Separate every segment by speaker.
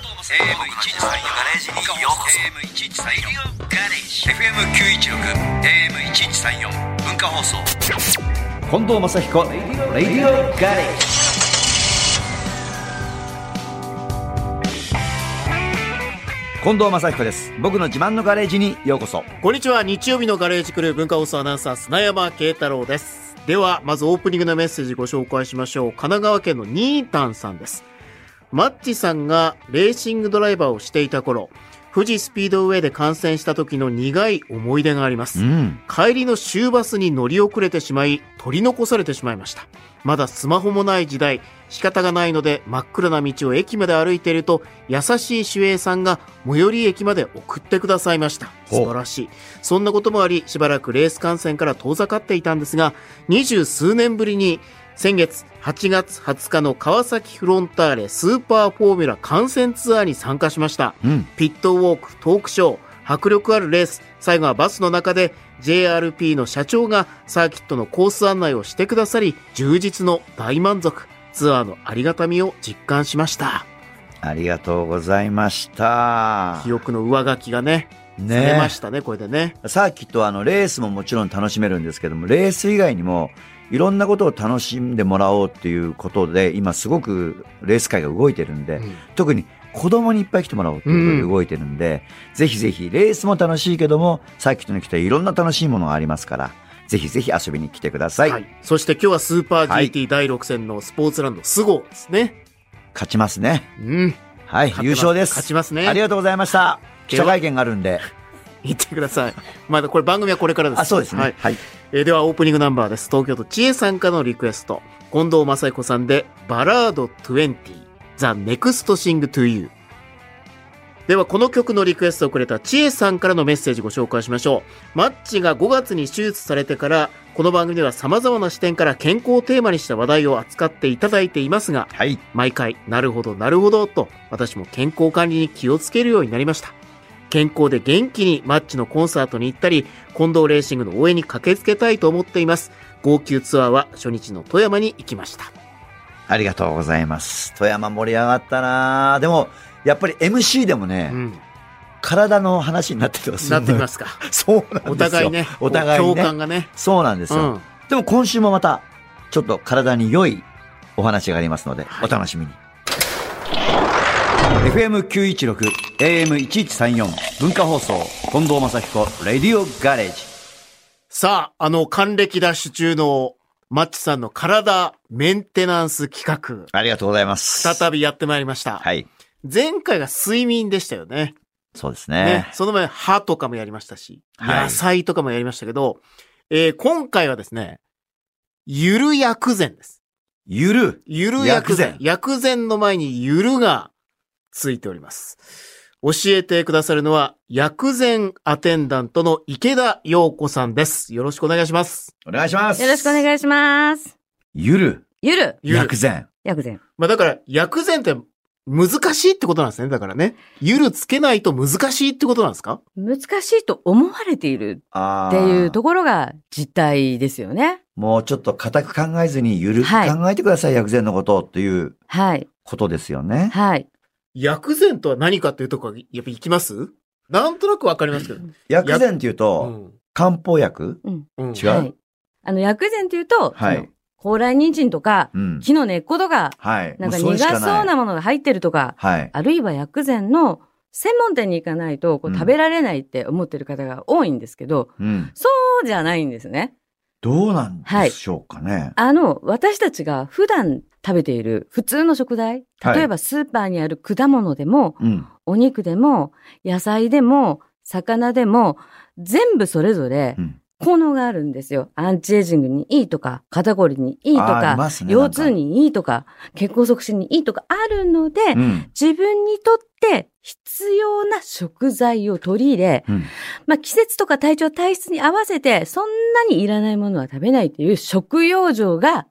Speaker 1: AM113 ガレージにようこそ AM113 ガレージ FM916 AM1134 文化放送
Speaker 2: 近藤正彦レディオガレージ近藤正彦です僕の自慢のガレージにようこそ
Speaker 3: こんにちは日曜日のガレージクルー文化放送アナウンサー砂山慶太郎ですではまずオープニングのメッセージご紹介しましょう神奈川県のニータンさんですマッチさんがレーシングドライバーをしていた頃富士スピードウェイで観戦した時の苦い思い出があります
Speaker 2: ん
Speaker 3: 帰りの終バスに乗り遅れてしまい取り残されてしまいましたまだスマホもない時代仕方がないので真っ暗な道を駅まで歩いていると優しい守衛さんが最寄り駅まで送ってくださいました
Speaker 2: ほう
Speaker 3: 素晴らしいそんなこともありしばらくレース観戦から遠ざかっていたんですが二十数年ぶりに先月8月20日の川崎フロンターレスーパーフォーミュラ観戦ツアーに参加しました
Speaker 2: うん
Speaker 3: ピットウォーク、トークショー、迫力あるレース、最後はバスの中で JRP の社長がサーキットのコース案内をしてくださり、充実の大満足、ツアーのありがたみを実感しました。
Speaker 2: ありがとうございました
Speaker 3: 記憶の上書きがね、されましたね、これでね。
Speaker 2: サーキットはあのレースももちろん楽しめるんですけどもレース以外にもいろんなことを楽しんでもらおうっていうことで今すごくレース界が動いてるんで、特に子供にいっぱい来てもらおうっていうことで動いてるんで、ぜひぜひレースも楽しいけどもサーキットに来ていろんな楽しいものがありますからぜひぜひ遊びに来てください、
Speaker 3: はい。そして今日はスーパー
Speaker 2: はい
Speaker 3: GT 第6戦のスポーツランド、スゴですね。
Speaker 2: 勝ちますね
Speaker 3: うん。
Speaker 2: はい優勝です
Speaker 3: 勝ちますね。
Speaker 2: ありがとうございました記者会見があるんで
Speaker 3: 言ってください。まだこれ番組はこれからです。
Speaker 2: あそうですね
Speaker 3: はい。
Speaker 2: はい、
Speaker 3: えーではオープニングナンバーです東京都知恵さんからのリクエスト近藤雅彦さんで「バラード20 The Next Sing to You」ではこの曲のリクエストをくれた知恵さんからのメッセージご紹介しましょうマッチが5月に手術されてからこの番組では様々な視点から健康をテーマにした話題を扱っていただいていますが
Speaker 2: はい、
Speaker 3: 毎回、なるほど、なるほど、と、私も健康管理に気をつけるようになりました。健康で元気にマッチのコンサートに行ったり、近藤レーシングの応援に駆けつけたいと思っています。号泣ツアーは初日の富山に行きました。
Speaker 2: ありがとうございます富山盛り上がったなでもやっぱり MC でも
Speaker 3: う
Speaker 2: ね、
Speaker 3: ん。
Speaker 2: 体の話になっててます
Speaker 3: なってきますか。
Speaker 2: そうなんですよ
Speaker 3: お互いね、
Speaker 2: お互いね
Speaker 3: 共感がね。
Speaker 2: そうなんです
Speaker 3: う
Speaker 2: よ、
Speaker 3: ん。
Speaker 2: でも今週もまた、ちょっと体に良いお話がありますので、
Speaker 3: はい
Speaker 2: お楽しみに。FM916、AM1134、文化放送、近藤正彦、レディオガレージ。
Speaker 3: さあ、あの、還暦ダッシュ中のマッチさんの体メンテナンス企
Speaker 2: ありがとうございます。
Speaker 3: 画、再びやってまいりました。
Speaker 2: はい。
Speaker 3: 前回が睡眠でしたよね。
Speaker 2: そうです
Speaker 3: ね
Speaker 2: ね、。
Speaker 3: その前、歯とかもやりましたし、
Speaker 2: はい
Speaker 3: 野菜とかもやりましたけど、えー今回はですね、ゆる薬膳です。
Speaker 2: ゆる。
Speaker 3: ゆる薬膳
Speaker 2: 薬膳。
Speaker 3: 薬膳の前にゆるがついております。教えてくださるのは、薬膳アテンダントの池田陽子さんです。よろしくお願いします。
Speaker 2: お願いします。
Speaker 4: よろしくお願いします。
Speaker 2: ゆる。
Speaker 4: ゆる、
Speaker 3: ゆる
Speaker 2: 薬膳。
Speaker 4: 薬膳。
Speaker 3: まあだから、薬膳って難しいってことなんですね。だからね。ゆるつけないと難しいってことなんですか
Speaker 4: 難しいと思われている
Speaker 2: あ
Speaker 4: っ
Speaker 2: ー
Speaker 4: ていうところが実態ですよね。
Speaker 2: もうちょっと固く考えずに、ゆるく
Speaker 4: はい
Speaker 2: 考えてください、薬膳のことっていう
Speaker 4: はい。
Speaker 2: ことですよね。
Speaker 4: はい。
Speaker 3: 薬膳とは何かっていうところが、やっぱ行きますなんとなくわかりますけど。
Speaker 2: 薬膳っていうと、
Speaker 3: う
Speaker 2: 漢方薬
Speaker 4: うん。
Speaker 3: ん。
Speaker 2: 違う
Speaker 4: はい。あの、薬膳っていうと、
Speaker 2: はい
Speaker 4: その高麗人参とか、
Speaker 2: うん。
Speaker 4: 木の根っことか、
Speaker 2: はい。
Speaker 4: なんか
Speaker 2: も
Speaker 4: 苦
Speaker 2: れし
Speaker 4: そう
Speaker 2: かい
Speaker 4: なものが入ってるとか、
Speaker 2: はい。
Speaker 4: あるいは薬膳の専門店に行かないとこ
Speaker 2: う
Speaker 4: うん食べられないって思ってる方が多いんですけど、
Speaker 2: うん。
Speaker 4: そうじゃないんですね。
Speaker 2: どうなんでしょうかね。
Speaker 4: あの、私たちが普段食べている普通の食材、
Speaker 2: はい
Speaker 4: 例えばスーパーにある果物でも、
Speaker 2: うん。
Speaker 4: お肉でも、野菜でも、魚でも、全部それぞれ
Speaker 2: うん
Speaker 4: 効能があるんですよ。アンチエイジングにいいとか、肩こりにいいと
Speaker 2: あーあり
Speaker 4: か、
Speaker 2: ますね
Speaker 4: 腰痛。にいいとか、血行促進にいいとかあるので、
Speaker 2: なんかうん。
Speaker 4: 自分にとって必要な食材を取り入れ、
Speaker 2: うん
Speaker 4: まあ季節とか体調体質に合わせて、そんなにいらないものは食べないという食用状が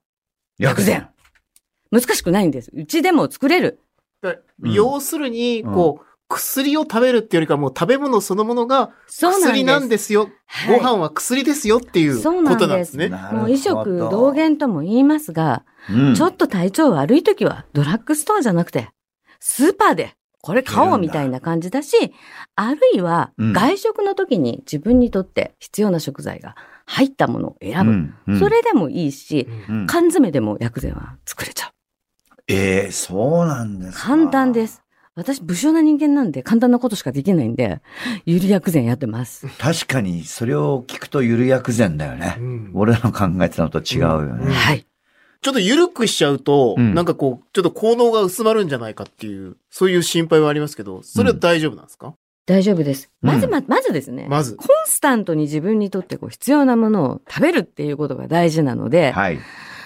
Speaker 4: 薬膳。難しくないんです。うちでも作れる。
Speaker 3: だから
Speaker 2: うん
Speaker 3: 要するに、こう、薬を食べるっていうよりかはもう食べ物そのものが
Speaker 4: そうなんです。
Speaker 3: 薬なんですよ。
Speaker 4: はい
Speaker 3: ご飯は薬ですよっていうこ
Speaker 4: そうなんです
Speaker 3: となんですね。
Speaker 2: なるほど
Speaker 4: もう異食同源とも言いますが、
Speaker 2: うん
Speaker 4: ちょっと体調悪い時はドラッグストアじゃなくて、スーパーでこれ買おうみたいな感じだし、あるいは
Speaker 2: うん
Speaker 4: 外食の時に自分にとって必要な食材が入ったものを選ぶ。
Speaker 2: うん
Speaker 4: そ、れでもいいし、
Speaker 2: うん
Speaker 4: 缶詰でも薬膳は作れちゃう。
Speaker 2: ええそうなんですか
Speaker 4: 簡単で。す。私、武将な人間なんで簡単なことしかできないんで、ゆり薬膳やってます。
Speaker 2: 確かに、それを聞くとゆる薬膳だよね。
Speaker 3: うん
Speaker 2: 俺らの考えてたのと違うよ
Speaker 3: うん
Speaker 2: ね。
Speaker 4: はい。
Speaker 3: ちょっと緩くしちゃうと、
Speaker 2: うん
Speaker 3: なんかこう、ちょっと効能が薄まるんじゃないかっていう、そういう心配はありますけど、それは大丈夫なんですか、
Speaker 4: 大丈夫です。
Speaker 2: うん
Speaker 4: まずま、まずですね。
Speaker 3: まず
Speaker 4: コ。ンスタントに自分にとってこう必要なものを食べるっていうことが大事なので、
Speaker 2: はい。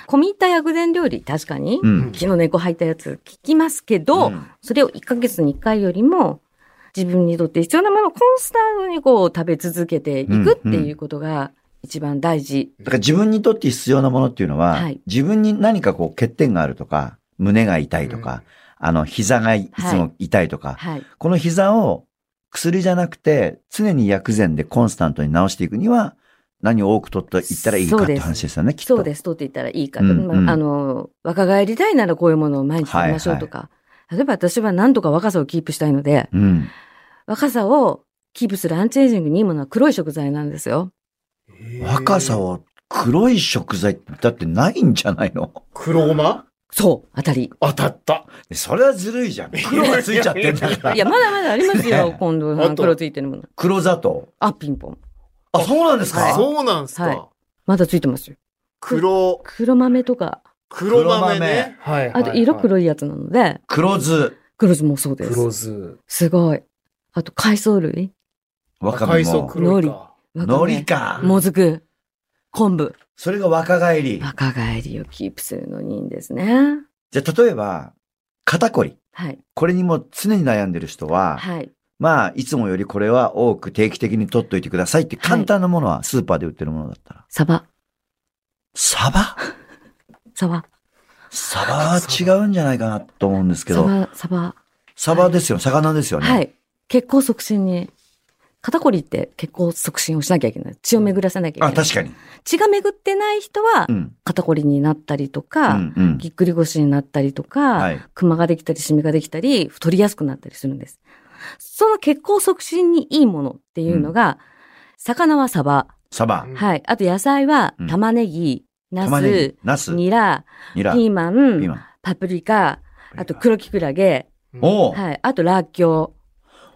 Speaker 4: 込み入った薬膳料理、確かに、
Speaker 2: うん。
Speaker 4: 木の猫入ったやつ聞きますけど、
Speaker 2: うん
Speaker 4: それを1ヶ月に1回よりも、自分にとって必要なものをコンスタントにこう食べ続けていくっていうことが一番大事。
Speaker 2: だから自分にとって必要なものっていうのは、
Speaker 4: はい
Speaker 2: 自分に何かこう欠点があるとか、胸が痛いとか、あの、膝がいつも痛いとか、
Speaker 4: はい。
Speaker 2: この膝を薬じゃなくて、常に薬膳でコンスタントに治していくには、何を多く取っていったらいいか
Speaker 4: そ
Speaker 2: っ
Speaker 4: うで
Speaker 2: て
Speaker 4: す
Speaker 2: 話ですよね、きっと。。
Speaker 4: そうですす。取っていったらいいか。
Speaker 2: うんうん
Speaker 4: まああの、若返りたいならこういうものを毎日食べましょうとか。例えば私は何とか若さをキープしたいので、
Speaker 2: うん。
Speaker 4: 若さをキープするアンチエイジングにいいものは黒い食材なんですよ。
Speaker 2: 若さ。を黒い食材だってないんじゃないの
Speaker 3: 黒馬
Speaker 4: そう、当たり。
Speaker 3: 当たった。
Speaker 2: それはずるいじゃん。黒がついちゃってんだか
Speaker 4: いや、
Speaker 2: ら。
Speaker 4: まだまだあります よ、
Speaker 2: ね
Speaker 4: 今
Speaker 3: あ
Speaker 4: 度、
Speaker 3: と
Speaker 4: 黒ついてるもの。
Speaker 2: 黒砂糖。
Speaker 4: あ、ピンポン。
Speaker 2: あ、そうなんですか、
Speaker 3: そうなんすか。
Speaker 4: はいまだついてますよ。
Speaker 3: 黒、
Speaker 4: 黒豆とか、
Speaker 3: 黒豆ね。はい
Speaker 4: あと色
Speaker 3: い。
Speaker 4: 黒いやつなので、
Speaker 2: 黒酢。
Speaker 4: 黒酢もそうです。
Speaker 3: 黒酢。
Speaker 4: すごい。あと、海藻類
Speaker 2: わかめ
Speaker 3: 海藻
Speaker 2: も。
Speaker 3: 黒いか。
Speaker 4: わかめ
Speaker 2: 海苔か。
Speaker 4: もずく。昆布。
Speaker 2: それが若返り。
Speaker 4: 若返りをキープするのにいいんですね。
Speaker 2: じゃあ、例えば、肩こり。
Speaker 4: はい。
Speaker 2: これにも常に悩んでる人は、
Speaker 4: はい。
Speaker 2: まあ、いつもよりこれは多く定期的に取っといてくださいって
Speaker 4: はい
Speaker 2: 簡単なものは、スーパーで売ってるものだったら。
Speaker 4: サバ。
Speaker 2: サバ
Speaker 4: サバ。
Speaker 2: サバは違うんじゃないかなと思うんですけ
Speaker 4: サ
Speaker 2: ど、
Speaker 4: バ、サバ。
Speaker 2: サバですよ、魚ですよね。
Speaker 4: はい。血行促進に。肩こりって血行促進をしなきゃいけない。血を巡らさなきゃいけない。
Speaker 2: あ、確かに。
Speaker 4: 血が巡ってない人は
Speaker 2: う、ん。
Speaker 4: 肩こりになったりと
Speaker 2: う
Speaker 4: か、
Speaker 2: ん、うん。
Speaker 4: ぎっくり腰になったりとか、
Speaker 2: はい。
Speaker 4: クマができたりシミができたり、太りやすくなったりするんです。その血行促進にいいものっていうのが、魚はサバ、
Speaker 2: サバ
Speaker 3: うん、
Speaker 4: はい。あと野菜は
Speaker 2: うん
Speaker 4: 玉ねぎ、ナ
Speaker 2: 玉ねぎ
Speaker 4: ス、、
Speaker 2: ナス、ニ
Speaker 4: ニラ、
Speaker 2: ラ、
Speaker 4: ピ
Speaker 2: ピ
Speaker 4: ーマン、
Speaker 2: ーマン。
Speaker 4: パプリカ、あと黒きくらげ、
Speaker 2: おお、
Speaker 4: はい。あとラッキョウ、
Speaker 2: こ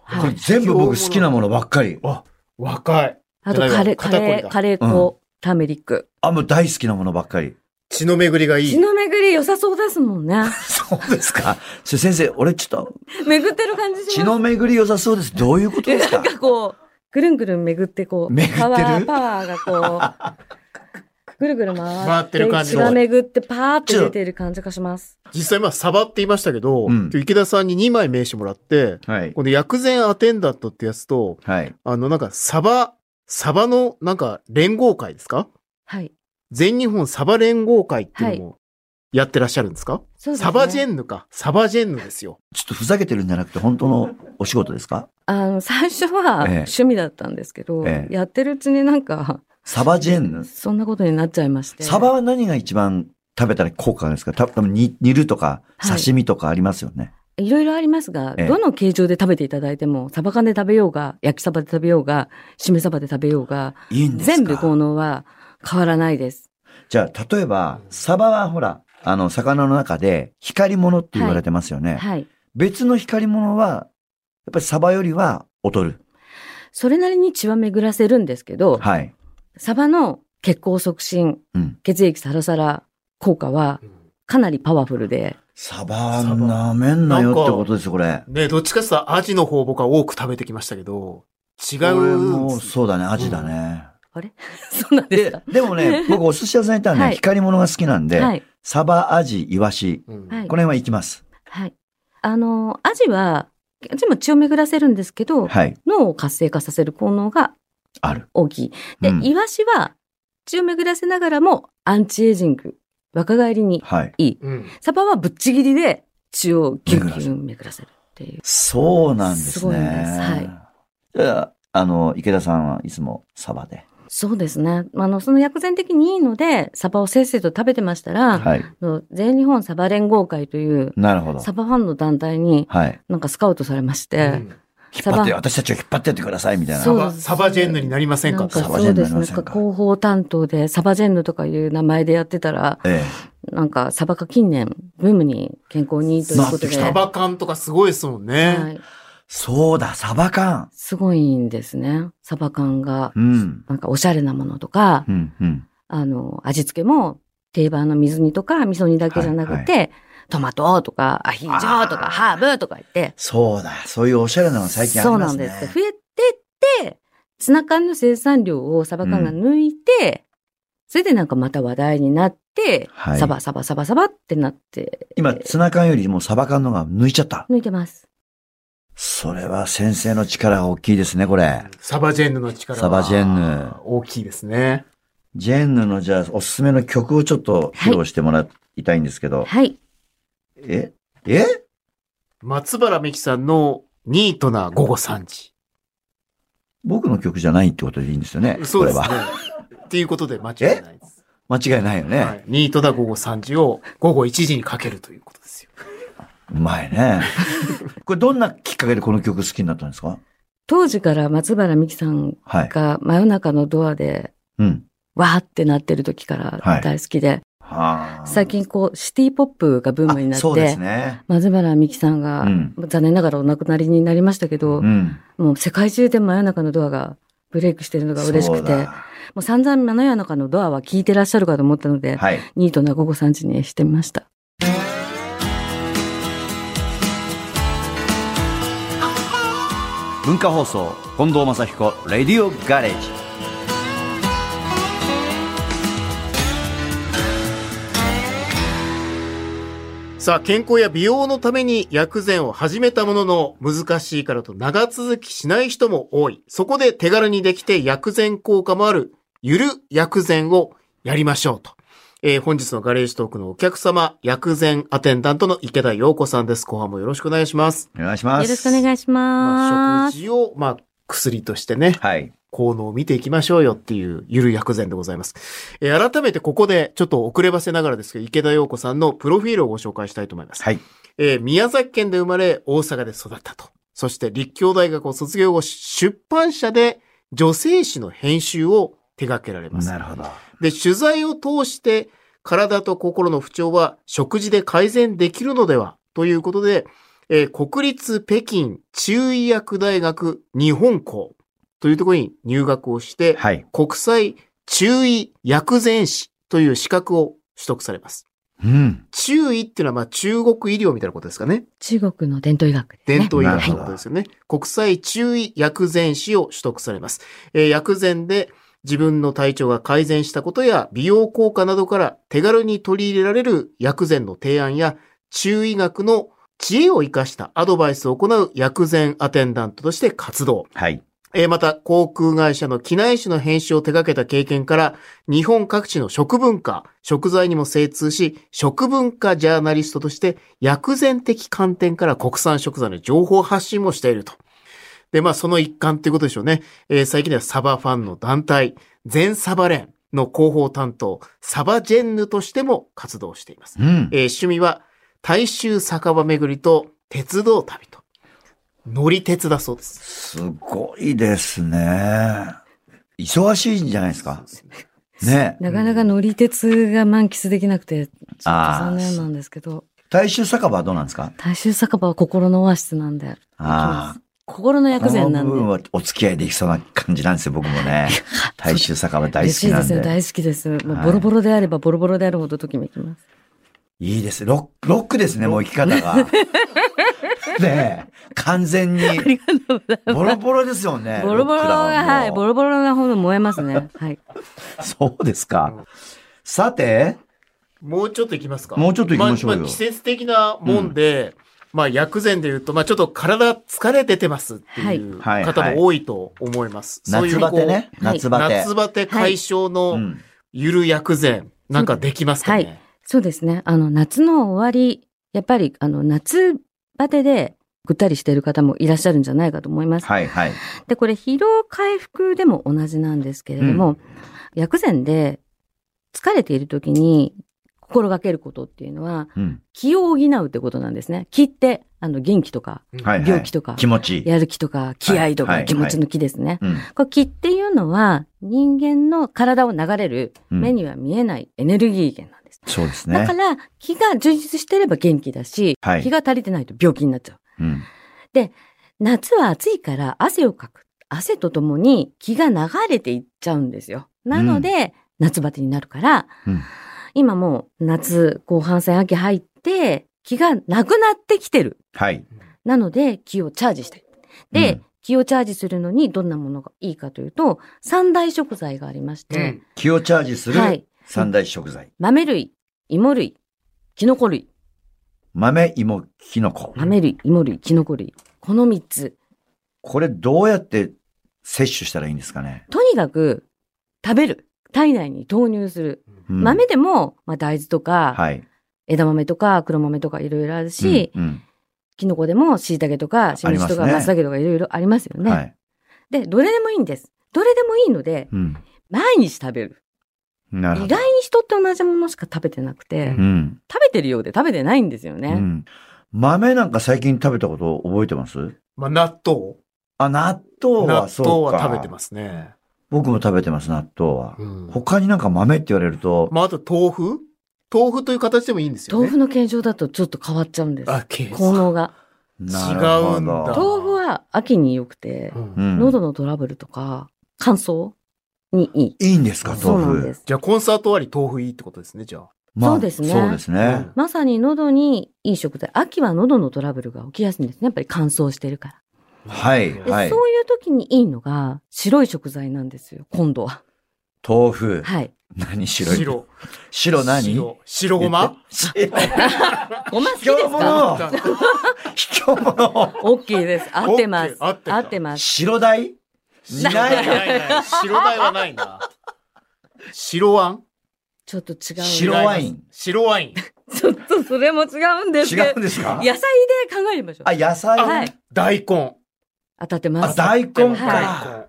Speaker 4: は
Speaker 2: れ
Speaker 4: い。
Speaker 2: 全部僕好きなものばっかり。
Speaker 3: あ、若い。
Speaker 4: あとカレー、カ
Speaker 3: 肩こり
Speaker 4: レ
Speaker 3: だ
Speaker 4: ー、カレー粉、ターメリック。
Speaker 2: あ、もう大好きなものばっかり。
Speaker 3: 血の巡りがい
Speaker 4: 血
Speaker 3: い。
Speaker 4: の巡り良さそうですもんね。
Speaker 2: そうですか。それ先生、俺ちょっと、
Speaker 4: 巡ってる感じします
Speaker 2: 血の巡り良さそうです。どういうことです
Speaker 4: な
Speaker 2: か
Speaker 4: んかこう、ぐるんぐるん巡ってこう、
Speaker 2: 巡ってる
Speaker 4: パワー、パワーがこう、ぐるぐる回って、
Speaker 3: 回ってる感じ
Speaker 4: 血が巡ってパーって出てる感じがします。
Speaker 3: 実際まあサバって言いましたけど、
Speaker 2: うん
Speaker 3: 今日池田さんに2枚名刺もらって、
Speaker 2: はい。
Speaker 3: この薬膳アテンダントってやつと、
Speaker 2: はい。
Speaker 3: あのなんかサバ、サバのなんか連合会ですか
Speaker 4: はい。
Speaker 3: 全日本サバ連合会っていうのもやってらっしゃるんですか、
Speaker 4: そうですね
Speaker 3: サバジェンヌか。サバジェンヌですよ。
Speaker 2: ちょっとふざけてるんじゃなくて、本当のお仕事ですか
Speaker 4: あの、最初は
Speaker 2: ええ
Speaker 4: 趣味だったんですけど、
Speaker 2: ええ
Speaker 4: やってるうちになんか、
Speaker 2: サバジェンヌ。
Speaker 4: そんなことになっちゃいまして。
Speaker 2: サバは何が一番食べたら効果があるんですかた多分煮煮るとか、
Speaker 4: はい
Speaker 2: 刺身とかありますよね。
Speaker 4: いろいろありますが、
Speaker 2: ええ
Speaker 4: どの形状で食べていただいても、サバ缶で食べようが、焼きサバで食べようが、しめサバで食べようが、
Speaker 2: い、いんですか
Speaker 4: 全部効能は変わらないです。
Speaker 2: じゃあ、例えば、サバはほら、あの、魚の中で光り物って言われてますよね。
Speaker 4: はい。
Speaker 2: 別の光り物は、やっぱりサバよりは劣る。
Speaker 4: それなりに血は巡らせるんですけど、
Speaker 2: はい。
Speaker 4: サバの血行促進、
Speaker 2: うん
Speaker 4: 血液サラサラ効果はかなりパワフルで、
Speaker 2: サバ舐めんなよってことですよ、これ。
Speaker 3: ねどっちかって言ったらアジの方僕は多く食べてきましたけど、違
Speaker 2: これ
Speaker 3: うん
Speaker 2: も
Speaker 3: です
Speaker 2: そうだね、アジだね。
Speaker 4: あれそうなんです
Speaker 2: で
Speaker 4: か、
Speaker 2: でも ね、僕お寿司屋さんにいたん
Speaker 4: は
Speaker 2: で、
Speaker 4: い
Speaker 2: 光り物が好きなんで、
Speaker 4: はい。
Speaker 2: サバ、アジ、イワシ、
Speaker 3: うん
Speaker 4: はい
Speaker 2: この辺は行きます。
Speaker 4: はい。あの、アジは、アジも血を巡らせるんですけど、
Speaker 2: はい。
Speaker 4: 脳を活性化させる効能が
Speaker 2: ある。
Speaker 4: 大きい。で、
Speaker 2: うん
Speaker 4: イワシは血を巡らせながらもアンチエイジング、若返りに
Speaker 2: はい。
Speaker 4: いい。
Speaker 3: うん
Speaker 4: サバはぶっちぎりで血をギュンギュン巡らせるっていう。
Speaker 2: そうなんですね。
Speaker 4: すごいんですはい
Speaker 2: じゃあ、あの、池田さんはいつもサバで。
Speaker 4: そうですね。あの、その薬膳的にいいので、サバをせっせと食べてましたら、
Speaker 2: はい。
Speaker 4: あの全日本サバ連合会という、
Speaker 2: なるほど。
Speaker 4: サバファンの団体に、
Speaker 2: はい。
Speaker 4: なんかスカウトされまして、
Speaker 2: 引っ
Speaker 4: サ
Speaker 2: 張っ
Speaker 4: バ
Speaker 2: て、私たちを引っ張ってってください、みたいな。
Speaker 4: そう
Speaker 3: サバサバジェンヌになりません
Speaker 4: な
Speaker 3: か
Speaker 4: んか
Speaker 2: サバ
Speaker 4: そ
Speaker 2: ジェ
Speaker 4: う
Speaker 2: ンヌ
Speaker 4: で
Speaker 2: に
Speaker 4: す
Speaker 2: なりま
Speaker 4: ね。な
Speaker 2: せ
Speaker 4: ん
Speaker 2: ん
Speaker 4: か
Speaker 2: か
Speaker 4: 広報担当で、サバジェンヌとかいう名前でやってたら、
Speaker 2: え
Speaker 4: なんかサバが近年、ブームに健康にいいということで。
Speaker 3: サバ缶とかすごいですもんね。
Speaker 4: はい。
Speaker 2: え。そうだ、サバ缶。
Speaker 4: すごいんですね。サバ缶が
Speaker 2: う。ん。
Speaker 4: なんかおしゃれなものとか、
Speaker 2: うん、うん。
Speaker 4: あの、味付けも定番の水煮とか味噌煮だけじゃなくて、トマトとかアヒージョとか
Speaker 2: あー
Speaker 4: ハーブとか言って、
Speaker 2: そうだ、そういうおしゃれなの最近あり
Speaker 4: そう
Speaker 2: ま
Speaker 4: な
Speaker 2: す
Speaker 4: ん
Speaker 2: ね。
Speaker 4: です。増えてって、ツナ缶の生産量をサバ缶が抜いて、それでなんかまた話題になって、
Speaker 2: はい
Speaker 4: サバサバサバサバってなって、
Speaker 2: 今、ツナ缶よりもサバ缶の方が抜いちゃった。
Speaker 4: 抜いてます。
Speaker 2: それは先生の力が大きいですね、これ。
Speaker 3: サバジェンヌの力は
Speaker 2: サバジェンヌ
Speaker 3: 大きいですね。
Speaker 2: ジェンヌのじゃあ、おすすめの曲をちょっと披露してもらいたいんですけど。
Speaker 4: はい。
Speaker 2: ええ
Speaker 3: 松原美樹さんのニートな午後3時。
Speaker 2: 僕の曲じゃないってことでいいんですよね。
Speaker 3: そうです
Speaker 2: こ
Speaker 3: ね
Speaker 2: れは。。
Speaker 3: っていうことで間違いないです。
Speaker 2: 間違いないよね。
Speaker 3: はい、ニートな午後3時を午後1時にかけるということですよ。
Speaker 2: うまい ね。これどんなきっかけでこの曲好きになったんですか
Speaker 4: 当時から松原美樹さん
Speaker 2: はい。
Speaker 4: が真夜中のドアで、
Speaker 2: うん。
Speaker 4: わーってなってる時から大好きで、
Speaker 2: はあ。
Speaker 4: 最近こう、シティポップがブームにな
Speaker 2: あ
Speaker 4: っ
Speaker 2: そうで
Speaker 4: て、
Speaker 2: すね。
Speaker 4: 松原美樹さんが、
Speaker 2: うん
Speaker 4: 残念ながらお亡くなりになりましたけど、
Speaker 2: うん。
Speaker 4: もう世界中で真夜中のドアがブレイクしてるのが嬉し
Speaker 2: そ
Speaker 4: く
Speaker 2: う
Speaker 4: て、も
Speaker 2: だ
Speaker 4: う散々真夜中のドアは聞いてらっしゃるかと思ったので、
Speaker 2: はい。
Speaker 4: ニートな午後3時にしてみました。
Speaker 2: 文化放送、近藤正彦、レディオガレージ。
Speaker 3: さあ、健康や美容のために薬膳を始めたものの、難しいからと長続きしない人も多い。そこで手軽にできて薬膳効果もある、ゆる薬膳をやりましょうと。えー本日のガレージトークのお客様、薬膳アテンダントの池田陽子さんです。後半もよろしくお願いします。
Speaker 2: お願いしま
Speaker 4: よ
Speaker 2: す。
Speaker 4: ろしくお願いし
Speaker 3: まあ、
Speaker 4: ます。
Speaker 3: 食事を、まあ、薬としてね、
Speaker 2: はい。
Speaker 3: 効能を見ていきましょうよっていうゆる薬膳でございます。えー改めてここでちょっと遅ればせながらですけど、池田陽子さんのプロフィールをご紹介したいと思います。
Speaker 2: はい。
Speaker 3: えー宮崎県で生まれ、大阪で育ったと。そして立教大学を卒業後、出版社で女性誌の編集を手掛けられます
Speaker 2: な。るほど。
Speaker 3: で、取材を通して、体と心の不調は食事で改善できるのではということで、えー国立北京中医薬大学日本校というところに入学をして、
Speaker 2: はい。
Speaker 3: 国際中医薬膳師という資格を取得されます。
Speaker 2: うん。
Speaker 3: 中医っていうのはまあ中国医療みたいなことですかね。
Speaker 4: 中国の伝統医学ですね。
Speaker 3: 伝統医
Speaker 2: なる
Speaker 3: 学
Speaker 2: ほ
Speaker 3: の
Speaker 2: ど
Speaker 3: ことですよね。国際中医薬膳師を取得されます。えー薬膳で自分の体調が改善したことや美容効果などから手軽に取り入れられる薬膳の提案や中医学の知恵を生かしたアドバイスを行う薬膳アテンダントとして活動。
Speaker 2: はい。
Speaker 3: えーまた、航空会社の機内誌の編集を手掛けた経験から、日本各地の食文化、食材にも精通し、食文化ジャーナリストとして、薬膳的観点から国産食材の情報発信もしていると。で、まあ、その一環ということでしょうね。えー最近ではサバファンの団体、全サバ連の広報担当、サバジェンヌとしても活動しています。
Speaker 2: うん。
Speaker 3: えー趣味は、大衆酒場巡りと鉄道旅と。乗り鉄だそうで
Speaker 2: す
Speaker 3: す。
Speaker 2: ごいですね。忙しいんじゃないですか。ねえ。
Speaker 4: なかなか乗り鉄が満喫できなくて、ちょっと
Speaker 2: あー
Speaker 4: 残念なんですけど、
Speaker 2: 大衆酒場はどうなんですか
Speaker 4: 大衆酒場は心のオアシスなんで、
Speaker 2: ああ。
Speaker 4: 心の薬膳な
Speaker 2: この部分
Speaker 4: んで。
Speaker 2: はお付き合いできそうな感じなんですよ、僕も ね。大衆酒場大好
Speaker 4: 嬉し
Speaker 2: き
Speaker 4: い
Speaker 2: な
Speaker 4: で
Speaker 2: ん
Speaker 4: すね。
Speaker 2: で。
Speaker 4: 大好きです。も
Speaker 2: は
Speaker 4: う
Speaker 2: い
Speaker 4: ボロボロであればボロボロであるほどときめきます。
Speaker 2: いいです。ロック、ロックですね、もう生き方 が。ねえ、完全に。ボロボロですよね。
Speaker 4: ボロボロ
Speaker 2: ロックだ
Speaker 4: が、
Speaker 2: もん
Speaker 4: はい、ボロボロなほど燃えますね。はい。
Speaker 2: そうですか。さて、
Speaker 3: もうちょっといきますか。
Speaker 2: もうちょっと行きましょうよ
Speaker 3: ああ季節的なもんで、まあ薬膳で言うと、まあちょっと体疲れててますっていう
Speaker 2: はい
Speaker 3: 方
Speaker 2: はいはい
Speaker 3: も多いと思います。そうい
Speaker 2: 夏
Speaker 3: う
Speaker 2: バテね。
Speaker 4: はい
Speaker 2: 夏
Speaker 3: こう
Speaker 2: バテ。
Speaker 3: 夏バテ解消
Speaker 2: う
Speaker 3: の
Speaker 2: ん。
Speaker 3: ゆる薬膳、なんかできますかね。
Speaker 4: そうですね。あの、夏の終わり、やっぱり、あの、夏バテで、ぐったりしている方もいらっしゃるんじゃないかと思います。
Speaker 2: はいはい。
Speaker 4: で、これ疲労回復でも同じなんですけれども、薬膳で疲れている時に心がけることっていうのは、
Speaker 2: うん。
Speaker 4: 気を補うってことなんですね。気って、あの、元気とか、
Speaker 2: はい、はい。
Speaker 4: 病気とか
Speaker 2: 気持ちいい。
Speaker 4: やる気とか、気
Speaker 2: は
Speaker 4: 合と
Speaker 2: い
Speaker 4: か、
Speaker 2: はい
Speaker 4: 気持ちの気ですね。
Speaker 2: うん。
Speaker 4: これ気っていうのは、人間の体を流れる、
Speaker 2: うん
Speaker 4: 目には見えないエネルギー源なんです。
Speaker 2: そうです
Speaker 4: だ
Speaker 2: ね
Speaker 4: か。ら、気が充実してれば元気だし、
Speaker 2: はい
Speaker 4: 気が足りてないと病気になっちゃう。
Speaker 2: うん。
Speaker 4: 夏は暑いから汗をかく。汗とともに気が流れていっちゃうんですよ。なので、夏バテになるから、
Speaker 2: うん
Speaker 4: 今もう夏後半戦秋入って、気がなくなってきてる。
Speaker 2: はい。
Speaker 4: なので、気をチャージしたい。で、
Speaker 2: うん
Speaker 4: 気をチャージするのにどんなものがいいかというと、三大食材がありまし
Speaker 3: う
Speaker 4: て、
Speaker 3: ん
Speaker 2: 気をチャージす
Speaker 4: は
Speaker 2: る
Speaker 4: い。
Speaker 2: 三大食材。
Speaker 4: 豆類、芋類、キノコ類、
Speaker 2: 豆、芋、キノコ。
Speaker 4: 豆類、芋類、キノコ類。この三つ。
Speaker 2: これどうやって摂取したらいいんですかね。
Speaker 4: とにかく、食べる。体内に投入する。
Speaker 2: うん
Speaker 4: 豆でも、まあ、大豆とか、
Speaker 2: はい。
Speaker 4: 枝豆とか黒豆とかいろいろあるし、
Speaker 2: うんうん
Speaker 4: キノコでも椎茸とかしめじとか
Speaker 2: ありますね
Speaker 4: 松茸とかいろいろありますよね、
Speaker 2: はい。
Speaker 4: で、どれでもいいんです。どれでもいいので、
Speaker 2: うん。
Speaker 4: 毎日食べる。
Speaker 2: なる
Speaker 4: 意
Speaker 2: ほ
Speaker 4: 外
Speaker 2: ど。
Speaker 4: に人って同じものしか食べてなくて、
Speaker 2: う
Speaker 3: うん
Speaker 2: ん。
Speaker 4: 食べてるようで食べてないんですよ
Speaker 2: う
Speaker 4: ね。
Speaker 2: ん。豆なんか最近食べたこと覚えてます
Speaker 3: まあ、納豆。
Speaker 2: あ、納豆は
Speaker 3: 納
Speaker 2: そうか。
Speaker 3: 豆は食べてますね。
Speaker 2: 僕も食べてます、納豆は。
Speaker 3: うん
Speaker 2: 他になんか豆って言われると、
Speaker 3: まあ、あと豆腐豆腐という形でもいいんですよね。
Speaker 4: 豆腐の形状だとちょっと変わっちゃうんです。
Speaker 3: あ、け
Speaker 4: 効能が。
Speaker 2: なるほど
Speaker 3: 違うんだあ
Speaker 4: 豆腐は秋に良くて、
Speaker 3: うん
Speaker 2: うん
Speaker 4: 喉のトラブルとか乾燥にいい。
Speaker 2: いいんですか、豆腐。
Speaker 4: そうなんです。
Speaker 3: じゃあ、コンサート終わり豆腐いいってことですね、じゃあ。
Speaker 2: まあ
Speaker 4: そうですね
Speaker 2: そうですね。
Speaker 4: まさに喉にいい食材。秋は喉のトラブルが起きやすいんですね。やっぱり乾燥してるから。
Speaker 2: はい
Speaker 4: で
Speaker 2: はい
Speaker 4: そういう時にいいのが白い食材なんですよ、今度は。
Speaker 2: 豆腐。
Speaker 4: はい。
Speaker 2: 何白い
Speaker 3: 白。
Speaker 2: 白何
Speaker 3: 白白ごま
Speaker 2: 言って
Speaker 4: ごま好きで
Speaker 2: 卑
Speaker 4: す
Speaker 2: 怯
Speaker 4: か
Speaker 2: 者卑怯者
Speaker 4: オッケーです。合ってます。
Speaker 3: 合ってた
Speaker 4: 合ってます。
Speaker 2: 白鯛
Speaker 3: 白
Speaker 2: ない
Speaker 3: 鯛ないない白鯛はないな。白ワン
Speaker 4: ちょっと違う。
Speaker 2: 白ワイン。
Speaker 3: 白ワイン。
Speaker 4: ちょっとそれも違うんです
Speaker 2: 違
Speaker 4: け
Speaker 2: うん
Speaker 4: ど。
Speaker 2: ですか
Speaker 4: 野菜で考えましょう
Speaker 2: あ、。野菜。
Speaker 4: はい
Speaker 3: 大根。
Speaker 4: 当たってま
Speaker 2: あ、
Speaker 4: す。
Speaker 2: 大根
Speaker 4: は
Speaker 2: か。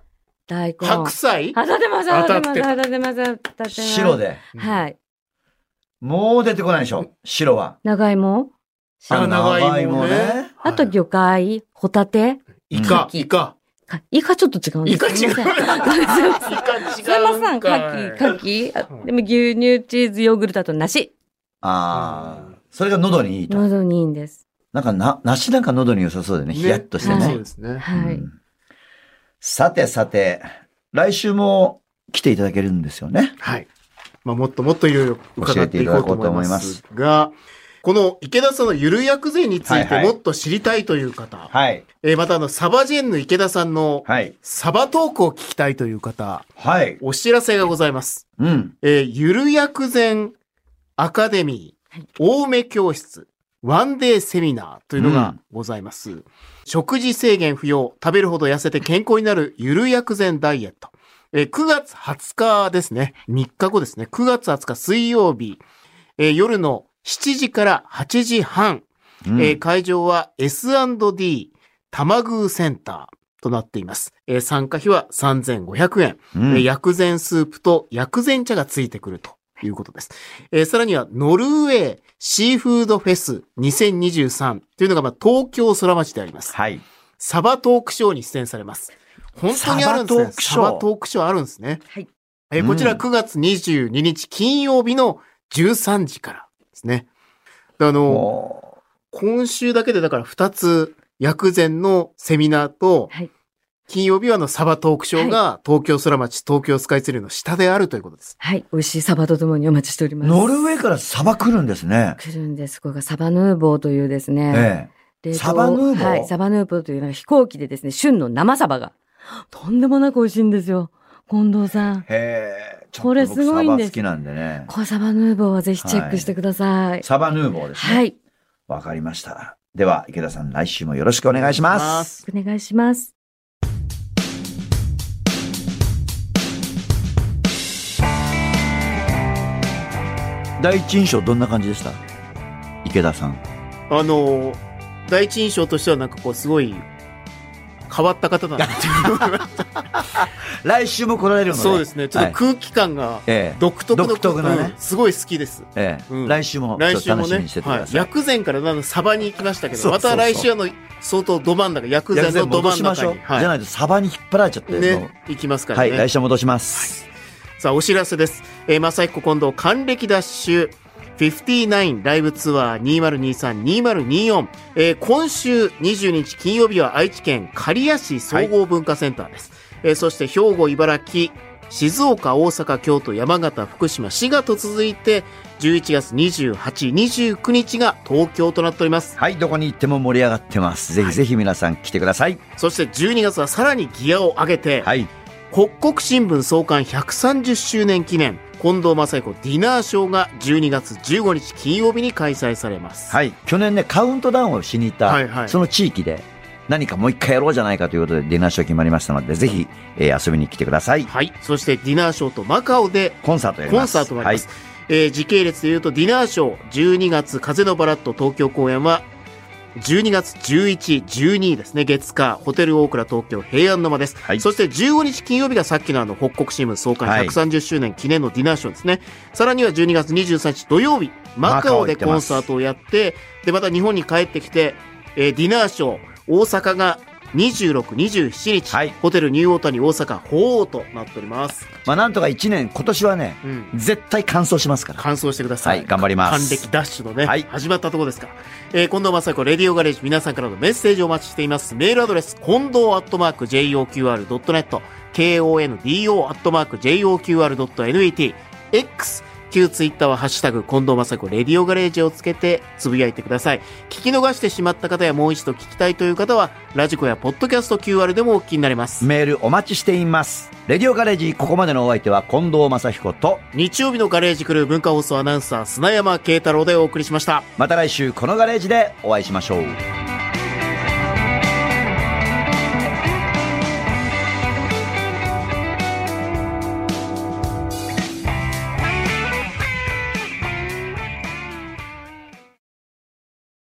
Speaker 4: 大根。
Speaker 3: 大根。白菜
Speaker 4: 当たってます、当たってます、
Speaker 3: 当
Speaker 4: 当たってます、当たってます。
Speaker 2: 白。で。
Speaker 4: はい。
Speaker 2: もう出てこないでしょ。白は。
Speaker 4: 長芋。
Speaker 3: あ長芋ね
Speaker 2: 長芋
Speaker 4: あと魚介、ホタテ。
Speaker 3: イカ、イカ。
Speaker 4: かイカちょっと違うんで
Speaker 3: イ
Speaker 4: す
Speaker 3: カ違う。
Speaker 4: す
Speaker 3: イ
Speaker 4: いません
Speaker 3: カ違う。
Speaker 4: すいません、カキ、カキ。あでも牛乳、チーズ、ヨーグルトと梨。
Speaker 2: あ
Speaker 3: う
Speaker 2: あ。それが喉にいいと。
Speaker 4: 喉にいいんです。
Speaker 2: なんかな、梨なんか喉に良さそうだよね。ヒヤッとして
Speaker 4: はい
Speaker 2: ね
Speaker 3: そう。ですね。
Speaker 4: は
Speaker 2: う
Speaker 4: い。
Speaker 2: んさてさて、来週も来ていただけるんですよね。
Speaker 3: はい。まあ、もっともっといろいろ伺っていこうと思います
Speaker 2: 教
Speaker 3: が、この池田さんのゆる薬膳につい
Speaker 2: は
Speaker 3: て
Speaker 2: いはい
Speaker 3: もっと知りたいという方、
Speaker 2: はい。
Speaker 3: えーまたあの、サバジェンの池田さんの
Speaker 2: はい。
Speaker 3: サバトークを聞きたいという方、
Speaker 2: はい。
Speaker 3: お知らせがございます。
Speaker 2: うん。
Speaker 3: えーゆる薬膳アカデミー、青梅教室、ワンデーセミナーというのがございます。食事制限不要、食べるほど痩せて健康になるゆる薬膳ダイエット。えー9月20日ですね。3日後ですね。9月20日水曜日、えー夜の7時から8時半、
Speaker 2: うん
Speaker 3: えー会場は S&D 玉宮センターとなっています。えー参加費は3500円。
Speaker 2: うん
Speaker 3: えー薬膳スープと薬膳茶がついてくるということです。えーさらには、ノルウェーシーフードフェス2023というのが、まあ、東京空町であります。
Speaker 2: はい。
Speaker 3: サバトークショーに出演されます。本当にあるんですね。サ
Speaker 2: サバ
Speaker 3: バ
Speaker 2: トークショー
Speaker 3: トークショーあるんですね。
Speaker 4: はい
Speaker 3: えーこちら
Speaker 2: うん
Speaker 3: 9月22日金曜日の13時からですね。であの、
Speaker 2: も
Speaker 3: 今週だけでだから2つ薬膳のセミナーと、
Speaker 4: はい
Speaker 3: 金曜日はあのサバトークショーが東京空町、東京スカイツリーの下であるということです。
Speaker 4: はい。美味しいサバとともにお待ちしており
Speaker 2: う
Speaker 4: ます。
Speaker 2: ノルウェーからサバ来るんですね。
Speaker 4: 来るんです。これがサバヌーボーというですね。
Speaker 2: ええ。
Speaker 4: 冷凍
Speaker 2: サバヌーボー
Speaker 4: はい。サバヌーボーというのが飛行機でですね、旬の生サバが。とんでもなく美味しいんですよ。近藤さん。
Speaker 2: へえ。ちょっと
Speaker 4: これすごい
Speaker 2: 僕サ
Speaker 4: ん
Speaker 2: バ
Speaker 4: です
Speaker 2: 好きなんでね。
Speaker 4: これサバヌーボーはぜひチェックしてください。
Speaker 2: サバヌーボーですね。
Speaker 4: はい。
Speaker 2: わかりました。では、池田さん、来週もよろしくお願いします。
Speaker 4: お願いします。
Speaker 2: 第一印象どんな感じでした池田さん。
Speaker 3: あのー、第一印象としてはなんかこうすごい変わった方だなって いう
Speaker 2: 来週も来られるので。
Speaker 3: そうですねちょっと
Speaker 2: はい
Speaker 3: 空気感が
Speaker 2: ええ
Speaker 3: 独特の
Speaker 2: 独特なね
Speaker 3: うんすごい好きです
Speaker 2: ええ
Speaker 3: うん
Speaker 2: 来週もちょ
Speaker 3: 来
Speaker 2: っと
Speaker 3: 週
Speaker 2: 楽
Speaker 3: も
Speaker 2: しみ
Speaker 3: ね
Speaker 2: にしててく
Speaker 3: はい
Speaker 2: だ、さい。
Speaker 3: 薬膳からなんかサバに行きましたけど
Speaker 2: そうそうそう
Speaker 3: また来週あの相当ど真ん中薬
Speaker 2: 薬
Speaker 3: 膳の
Speaker 2: 膳
Speaker 3: ど
Speaker 2: 戻
Speaker 3: 真
Speaker 2: し
Speaker 3: ん
Speaker 2: まし
Speaker 3: 中
Speaker 2: ょう。
Speaker 3: に、
Speaker 2: じ
Speaker 3: はい
Speaker 2: ゃないとサバに引っ張られちゃって。も
Speaker 3: ね
Speaker 2: う、
Speaker 3: 行きますから
Speaker 2: は
Speaker 3: ね、
Speaker 2: い、来週戻します。
Speaker 3: さあお知らせです、えー、正彦近藤還暦ダッシュ59ライブツアー2023-2024、えー、今週22日金曜日は愛知県刈谷市総合文化センターです、えーそして兵庫茨城静岡大阪京都山形福島滋賀と続いて11月2829日が東京となっております
Speaker 2: はい、どこに行っても盛り上がってます。ぜひぜひ皆さん来てください。
Speaker 3: そして12月はさらにギアを上げて、
Speaker 2: はい。
Speaker 3: 北国新聞創刊130周年記念近藤正彦ディナーショーが12月15日金曜日に開催されます、
Speaker 2: はい。去年ね、カウントダウンをしに行った、
Speaker 3: はいはい
Speaker 2: その地域で、何かもう一回やろうじゃないかということで、ディナーショー決まりましたので、ぜひ、えー遊びに来てください。
Speaker 3: はいそしてディナーショーとマカオで
Speaker 2: コンサートやり
Speaker 3: コ
Speaker 2: ま
Speaker 3: ン
Speaker 2: す。
Speaker 3: サートがあります、えー時系列でいうとディナーショー12月風のバラット東京公演は12月11、12ですね、月火、ホテル大倉東京平安の間です。
Speaker 2: はい
Speaker 3: そして15日金曜日がさっきのあの、北国新聞創刊
Speaker 2: はい
Speaker 3: 130周年記念のディナーショーですね。さらには12月23日土曜日、マカオ
Speaker 2: マカオ行
Speaker 3: で
Speaker 2: ってます
Speaker 3: コンサートをやって、で、また日本に帰ってきて、えーディナーショー、大阪が26、27日、
Speaker 2: はい
Speaker 3: ホテルニューオータニ大阪、鳳凰となっております。
Speaker 2: まあ、なんとか1年、今年はね、
Speaker 3: うん。
Speaker 2: 絶対完走しますから。
Speaker 3: 完走してください。
Speaker 2: はい頑張ります
Speaker 3: 還暦ダッシュのね、
Speaker 2: はい
Speaker 3: 始まったところですから。えー、近藤正彦、レディオガレージ、皆さんからのメッセージをお待ちしています。メールアドレス、近藤アットマーク、JOQR.net、KONDO アットマーク、JOQR.net、X、旧ツイッターはハッシュタグ、近藤正彦、レディオガレージをつけて、つぶやいてください。聞き逃してしまった方や、もう一度聞きたいという方は、ラジコやポッドキャスト QR でもお聞きになれます。
Speaker 2: メールお待ちしています。レディオガレージ、ここまでのお相手は近藤正彦と、
Speaker 3: 日曜日のガレージクルー文化放送アナウンサー、砂山慶太郎でお送りしました。
Speaker 2: また来週このガレージでお会いしましょう。